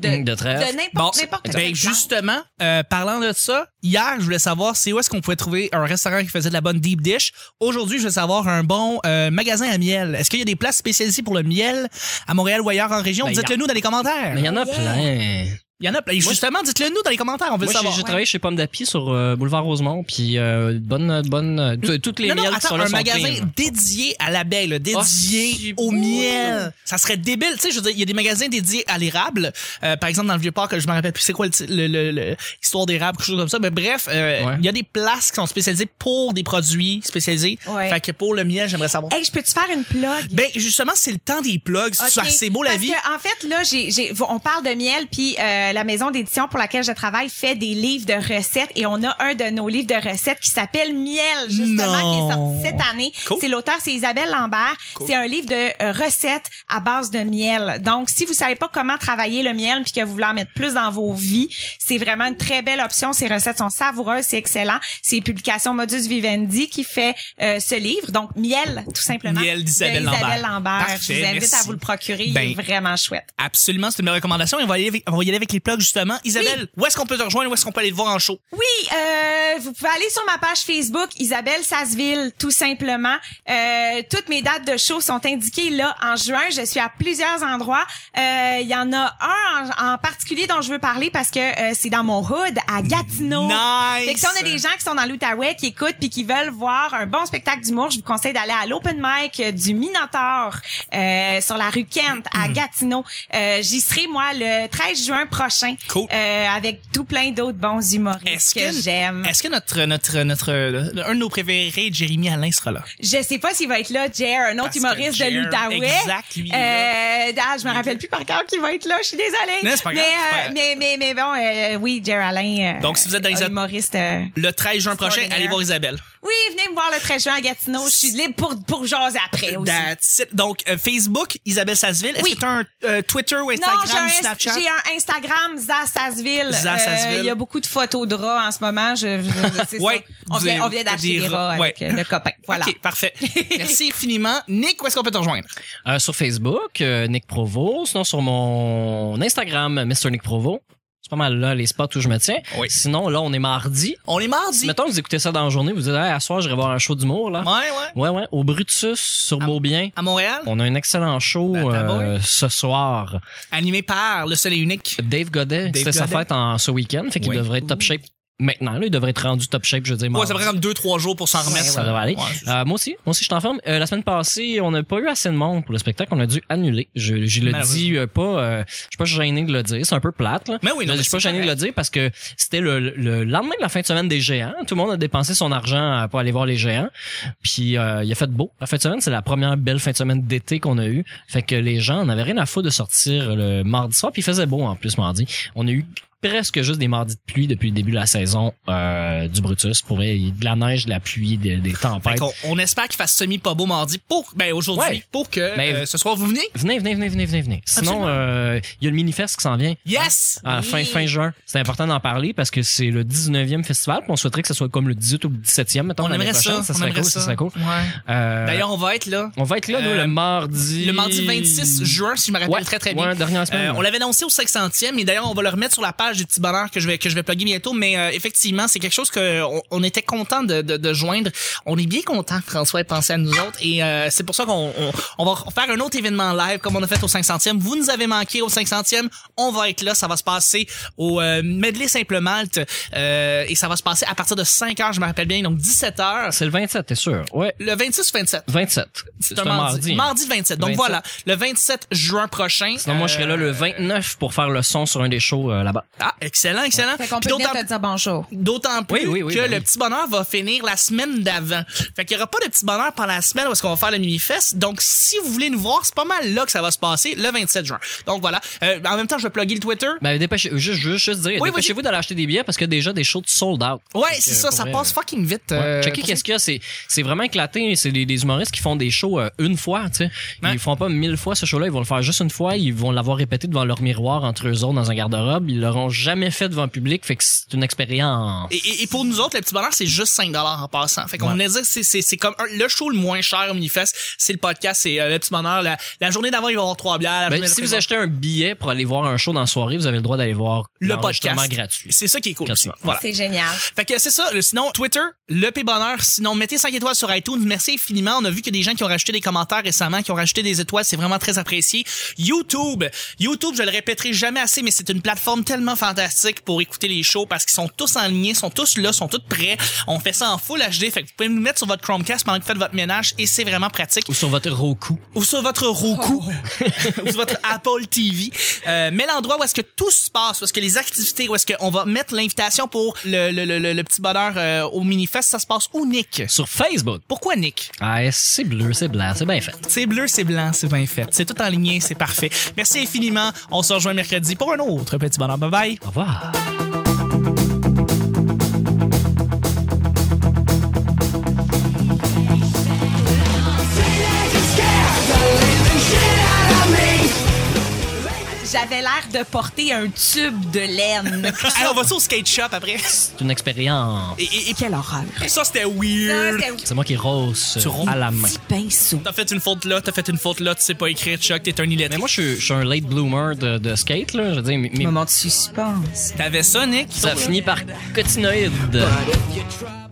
Speaker 4: de,
Speaker 3: Mm, de,
Speaker 4: de,
Speaker 3: trèfle.
Speaker 1: Bon,
Speaker 4: n'importe n'importe
Speaker 1: ben
Speaker 4: quelle plante.
Speaker 1: justement, euh, parlant de ça, hier, je voulais savoir c'est où est-ce qu'on pouvait trouver un restaurant qui faisait de la bonne deep dish. Aujourd'hui, je veux savoir un bon euh, magasin à miel. Est-ce qu'il y a des places spécialisées pour le miel à Montréal ou ailleurs en région?
Speaker 3: Ben,
Speaker 1: dites-le nous dans les commentaires.
Speaker 3: Mais il y en a
Speaker 4: Yeah.
Speaker 3: plein.
Speaker 1: Il y en a plein. Justement, dites-le nous dans les commentaires, on veut
Speaker 3: Moi,
Speaker 1: le
Speaker 3: j'ai-
Speaker 1: savoir.
Speaker 3: j'ai travaillé chez Pomme d'Api sur euh, Boulevard Rosemont, puis euh, bonne, bonne, euh, t- toutes les
Speaker 1: Non, non,
Speaker 3: miels qui
Speaker 1: attends,
Speaker 3: sont là
Speaker 1: un
Speaker 3: sont
Speaker 1: magasin
Speaker 3: clean.
Speaker 1: dédié à l'abeille, là, dédié
Speaker 3: Oh,
Speaker 1: au
Speaker 3: c'est beau.
Speaker 1: miel. Ça serait débile. Tu sais, je veux dire, il y a des magasins dédiés à l'érable. Euh, par exemple, dans le Vieux-Port, je me rappelle plus c'est quoi le, ti- le, le- le- histoire d'érable, quelque chose comme ça. Mais bref, euh, il
Speaker 3: Ouais.
Speaker 1: y a des places qui sont spécialisées pour des produits spécialisés.
Speaker 4: Ouais.
Speaker 1: Fait que pour le miel, j'aimerais savoir.
Speaker 4: Hey, je peux-tu faire une plug?
Speaker 1: Ben, justement, c'est le temps des plugs.
Speaker 4: Ok.
Speaker 1: C'est- C'est beau la
Speaker 4: Parce
Speaker 1: vie.
Speaker 4: que, en fait, là, j'ai, j'ai- on parle de miel, puis euh, la maison d'édition pour laquelle je travaille fait des livres de recettes, et on a un de nos livres de recettes qui s'appelle Miel, justement,
Speaker 1: Non.
Speaker 4: qui est sorti cette année.
Speaker 1: Cool.
Speaker 4: C'est l'auteur, c'est Isabelle Lambert. C'est un livre de euh, recettes à base de miel. Donc, si vous savez pas comment travailler le miel, puis que vous voulez en mettre plus dans vos vies, c'est vraiment une très belle option. Ces recettes sont savoureuses, c'est excellent. C'est Publication Modus Vivendi qui fait euh, ce livre, donc Miel, tout simplement.
Speaker 1: Miel
Speaker 4: de
Speaker 1: d'Isabelle Lambert.
Speaker 4: Isabelle Je
Speaker 1: Parfait,
Speaker 4: vous invite à
Speaker 1: merci.
Speaker 4: vous le procurer.
Speaker 1: Ben,
Speaker 4: Il est vraiment chouette.
Speaker 1: Absolument, c'est une belle recommandation. Et On va, y aller avec, on va y aller avec les plugs, justement. Isabelle, où est-ce qu'on peut te rejoindre? Où est-ce qu'on peut aller te voir en show?
Speaker 4: Oui, euh, vous pouvez aller sur ma page Facebook, Isabelle Sasseville, tout simplement. Euh, toutes mes dates de show sont indiquées là en juin. Je suis à plusieurs endroits. Euh, Il y en a un en, en particulier dont je veux parler parce que euh, c'est dans mon hood, à Gatineau.
Speaker 1: Nice!
Speaker 4: Fait que si on a des gens qui sont dans l'Outaouais, qui écoutent puis qui veulent voir un bon spectacle d'humour, je vous conseille d'aller à l'open mic euh, du
Speaker 1: Mhm.
Speaker 4: Minotaur euh, sur la rue Kent à Gatineau. Euh, J'y serai, moi, le 13 juin prochain prochain
Speaker 1: Cool.
Speaker 4: euh, avec tout plein d'autres bons humoristes
Speaker 1: Est-ce
Speaker 4: que,
Speaker 1: que-
Speaker 4: j'aime.
Speaker 1: Est-ce que notre, notre, notre, le- un de nos préférés, Jérémy Alain, sera là?
Speaker 4: Je sais pas s'il va être là, Jer, un autre
Speaker 1: Parce
Speaker 4: humoriste
Speaker 1: que Jer,
Speaker 4: de l'Outaouais.
Speaker 1: Exact, lui. il est là.
Speaker 4: Euh, ah, je me rappelle plus par cœur qui va être là, je suis désolée.
Speaker 1: Non, c'est pas
Speaker 4: mais,
Speaker 1: grave, c'est pas-
Speaker 4: mais, mais, mais bon, euh, oui, Jer Alain. euh,
Speaker 1: Donc, si vous êtes dans les
Speaker 4: un
Speaker 1: autres-
Speaker 4: humoriste. euh,
Speaker 1: Le 13 juin prochain,
Speaker 4: Extraordinaire.
Speaker 1: allez voir Isabelle.
Speaker 4: Oui, venez me voir le 13 juin à Gatineau. Je suis libre pour, pour jaser après aussi.
Speaker 1: That's it. Donc, euh, Facebook, Isabelle Sasseville. Est-ce
Speaker 4: Oui.
Speaker 1: que t'as un euh, Twitter ou
Speaker 4: Non, j'ai
Speaker 1: Instagram
Speaker 4: un,
Speaker 1: ou Snapchat?
Speaker 4: j'ai un Instagram, Zassasville.
Speaker 1: Za Sasseville.
Speaker 4: Il y a beaucoup de photos de rats en ce moment. Je, je- c'est
Speaker 1: Ouais,
Speaker 4: ça. On
Speaker 1: des-
Speaker 4: vient, on vient d'acheter
Speaker 1: des
Speaker 4: des rats
Speaker 1: rats,
Speaker 4: avec
Speaker 1: ouais.
Speaker 4: euh, le copain. Voilà.
Speaker 1: OK, parfait. Merci infiniment. Nick, où est-ce qu'on peut te rejoindre?
Speaker 3: Euh, sur Facebook, euh, Nick Provo. Sinon, sur mon Instagram, Mr. Nick Provo. C'est pas mal là les spots où je me tiens.
Speaker 1: Oui.
Speaker 3: Sinon, là, on est mardi.
Speaker 1: On est mardi.
Speaker 3: Mettons que vous écoutez ça dans la journée, vous dites, hey, à soir, j'irai voir un show d'humour, là.
Speaker 1: Ouais, ouais.
Speaker 3: Ouais, ouais, au Brutus, sur
Speaker 1: Ah.
Speaker 3: Beaubien.
Speaker 1: À Montréal,
Speaker 3: On a un excellent show
Speaker 1: Ben, t'as
Speaker 3: euh, ce soir.
Speaker 1: animé par le seul et unique.
Speaker 3: Dave Godet,
Speaker 1: Dave
Speaker 3: c'était sa
Speaker 1: Godet.
Speaker 3: fête en, ce week-end, fait qu'il
Speaker 1: Oui.
Speaker 3: devrait être top shape maintenant. Là, il devrait être rendu top shape, je veux dire.
Speaker 1: Ouais,
Speaker 3: mardi.
Speaker 1: ça prend comme deux, trois jours pour s'en
Speaker 3: Ouais,
Speaker 1: remettre.
Speaker 3: ça devrait aller.
Speaker 1: Ouais, c'est ça.
Speaker 3: Euh, moi aussi, moi aussi, je t'en forme. Euh, la semaine passée, on n'a pas eu assez de monde pour le spectacle, on a dû annuler. Je, je le
Speaker 1: Malheureusement.
Speaker 3: dis euh, pas, euh, je suis pas gêné de le dire, c'est un peu plate. Là.
Speaker 1: Mais oui, non,
Speaker 3: je
Speaker 1: mais
Speaker 3: suis pas
Speaker 1: c'est
Speaker 3: gêné de le
Speaker 1: correct.
Speaker 3: dire parce que c'était le, le lendemain de la fin de semaine des géants. Tout le monde a dépensé son argent euh, pour aller voir les géants. Puis euh, il a fait beau. La fin de semaine, c'est la première belle fin de semaine d'été qu'on a eue. Fait que les gens n'avaient rien à foutre de sortir le mardi soir. Puis il faisait beau en plus mardi. On a eu presque juste des mardis de pluie depuis le début de la saison euh, du Brutus. Pour vrai, il y a de la neige, de la pluie, des, des
Speaker 1: Fait
Speaker 3: tempêtes.
Speaker 1: qu'on- on espère qu'il fasse semi pas beau mardi pour, ben, aujourd'hui,
Speaker 3: Ouais.
Speaker 1: pour que
Speaker 3: Mais-
Speaker 1: euh, ce soir vous venez.
Speaker 3: Venez, venez, venez, venez, venez, venez. Sinon,
Speaker 1: Absolument.
Speaker 3: euh, il y a le mini-fest qui s'en vient.
Speaker 1: Yes!
Speaker 3: à Ah, fin,
Speaker 4: Oui.
Speaker 3: fin juin. C'est important d'en parler parce que c'est le 19e festival. puis On souhaiterait que ce soit comme le 18 ou le 17e. Mettons,
Speaker 1: on
Speaker 3: l'année
Speaker 1: aimerait
Speaker 3: prochaine.
Speaker 1: ça.
Speaker 3: Ça
Speaker 1: on
Speaker 3: serait
Speaker 1: aimerait
Speaker 3: cool.
Speaker 1: ça.
Speaker 3: Ça serait cool.
Speaker 1: Ouais.
Speaker 3: Euh,
Speaker 1: D'ailleurs, on va être là.
Speaker 3: on va être là, nous,
Speaker 1: euh,
Speaker 3: le mardi.
Speaker 1: Le mardi 26 juin, si je me rappelle
Speaker 3: Ouais,
Speaker 1: très très
Speaker 3: ouais,
Speaker 1: bien.
Speaker 3: dernière semaine.
Speaker 1: Euh, on l'avait annoncé au 500e et d'ailleurs on va le remettre sur la page du petit bonheur que je vais que je vais plugger bientôt mais euh, effectivement c'est quelque chose que on, on était content de, de, de joindre on est bien content que François ait pensé à nous autres et euh, c'est pour ça qu'on on, on va faire un autre événement live comme on a fait au 500e vous nous avez manqué au 500e on va être là ça va se passer au euh, Medley Simple Malte euh, et ça va se passer à partir de 5h je me rappelle bien donc 17h
Speaker 3: C'est le 27, t'es sûr? Ouais.
Speaker 1: le 26 ou 27
Speaker 3: 27.
Speaker 1: c'est un mardi.
Speaker 3: hein.
Speaker 1: Mardi 27. Donc
Speaker 3: 27.
Speaker 1: voilà, le 27 juin prochain.
Speaker 3: Sinon, moi, je serai là le
Speaker 1: Euh,
Speaker 3: 29 pour faire le son sur un des shows euh, là-bas.
Speaker 1: Ah, excellent, excellent.
Speaker 4: Fait qu'on
Speaker 1: Puis
Speaker 4: peut venir
Speaker 1: D'autant
Speaker 4: te dire bonjour.
Speaker 1: D'autant plus
Speaker 3: Oui, oui, oui,
Speaker 1: que
Speaker 3: ben
Speaker 1: le
Speaker 3: oui.
Speaker 1: petit bonheur va finir la semaine d'avant. Fait qu'il y aura pas de petit bonheur pendant la semaine parce qu'on va faire le mini-fest. Donc, si vous voulez nous voir, c'est pas mal là que ça va se passer le 27 juin. Donc voilà. Euh, en même temps, je vais plugger le Twitter.
Speaker 3: Ben, dépêchez, juste, juste, juste dire,
Speaker 1: Oui,
Speaker 3: dépêchez-vous d'aller acheter des billets parce que déjà des shows de sold out.
Speaker 1: ouais, c'est ça,
Speaker 3: euh, pour
Speaker 1: ça
Speaker 3: vrai,
Speaker 1: passe fucking vite. euh,
Speaker 3: Checker
Speaker 1: pour
Speaker 3: qu'est-ce qu'il y a, c'est, c'est vraiment éclaté. hein. C'est les, les humoristes qui font des shows euh, une fois, tu sais.
Speaker 1: Ouais.
Speaker 3: Ils font pas mille fois ce show-là, ils vont le faire juste une fois, ils vont l'avoir répété devant leur miroir entre eux autres dans un garde-robe. Ils l'auront jamais fait devant le public, fait que c'est une expérience.
Speaker 1: Et, et- et pour nous autres, le petit bonheur, c'est juste 5 dollars en passant. Fait qu'on
Speaker 3: Ouais.
Speaker 1: venait dire, c'est, c'est, c'est comme un- le show le moins cher au Minifest, c'est le podcast, c'est euh, le petit bonheur. La, la journée d'avant, il va y avoir trois bières. La
Speaker 3: Ben,
Speaker 1: journée
Speaker 3: si
Speaker 1: d'après,
Speaker 3: vous achetez un billet pour aller voir un show dans la soirée, vous avez le droit d'aller voir
Speaker 1: Le
Speaker 3: l'enregistrement
Speaker 1: podcast.
Speaker 3: gratuit.
Speaker 1: c'est ça qui est cool. aussi.
Speaker 3: Quasiment.
Speaker 1: Voilà.
Speaker 4: C'est génial.
Speaker 1: Fait que c'est ça. Le- Sinon, Twitter, le P Bonheur. Sinon, mettez 5 étoiles sur iTunes. Merci infiniment. On a vu qu'il y a des gens qui ont rajouté des commentaires récemment, qui ont rajouté des étoiles. C'est vraiment très apprécié. YouTube. YouTube, je le répéterai jamais assez, mais c'est une plateforme tellement fantastique pour écouter les shows parce qu'ils sont tous en ligne, sont tous là, sont tous prêts. On fait ça en full HD. Fait que vous pouvez nous mettre sur votre Chromecast pendant que vous faites votre ménage et c'est vraiment pratique
Speaker 3: Ou sur votre Roku.
Speaker 1: ou sur votre Roku, ou sur votre Apple TV, euh, mais l'endroit où est-ce que tout se passe, où est-ce que les activités, où est-ce qu'on va mettre l'invitation pour le, le, le, le- le petit bonheur euh, au mini-fest, ça se passe où, Nick?
Speaker 3: Sur Facebook.
Speaker 1: Pourquoi Nick?
Speaker 3: Ah, c'est bleu, c'est blanc, c'est bien fait.
Speaker 1: C'est bleu, c'est blanc, c'est bien fait. C'est tout en ligne, c'est parfait. Merci infiniment. On se rejoint mercredi pour un autre petit bonheur. Bye bye.
Speaker 3: Au revoir.
Speaker 4: J'avais l'air de porter un tube de laine.
Speaker 1: Hey, on va au skate shop après.
Speaker 3: C'est une expérience.
Speaker 1: Et, et-
Speaker 5: Quelle horreur.
Speaker 1: et ça, c'était
Speaker 4: Ça,
Speaker 1: weird.
Speaker 4: c'était-
Speaker 3: C'est moi qui rose
Speaker 1: Tu
Speaker 3: à la main.
Speaker 5: Petit pinceau.
Speaker 1: T'as fait une faute là, t'as fait une faute là, tu sais pas écrire, Chuck, t'es un
Speaker 3: Mais
Speaker 1: illettré.
Speaker 3: moi, je suis, je suis un late bloomer de, de skate, là. Je veux dire, mes- mes-
Speaker 5: Moment de suspense.
Speaker 1: T'avais ça, Nick?
Speaker 3: ça finit par cotinoïde.
Speaker 5: But if you try-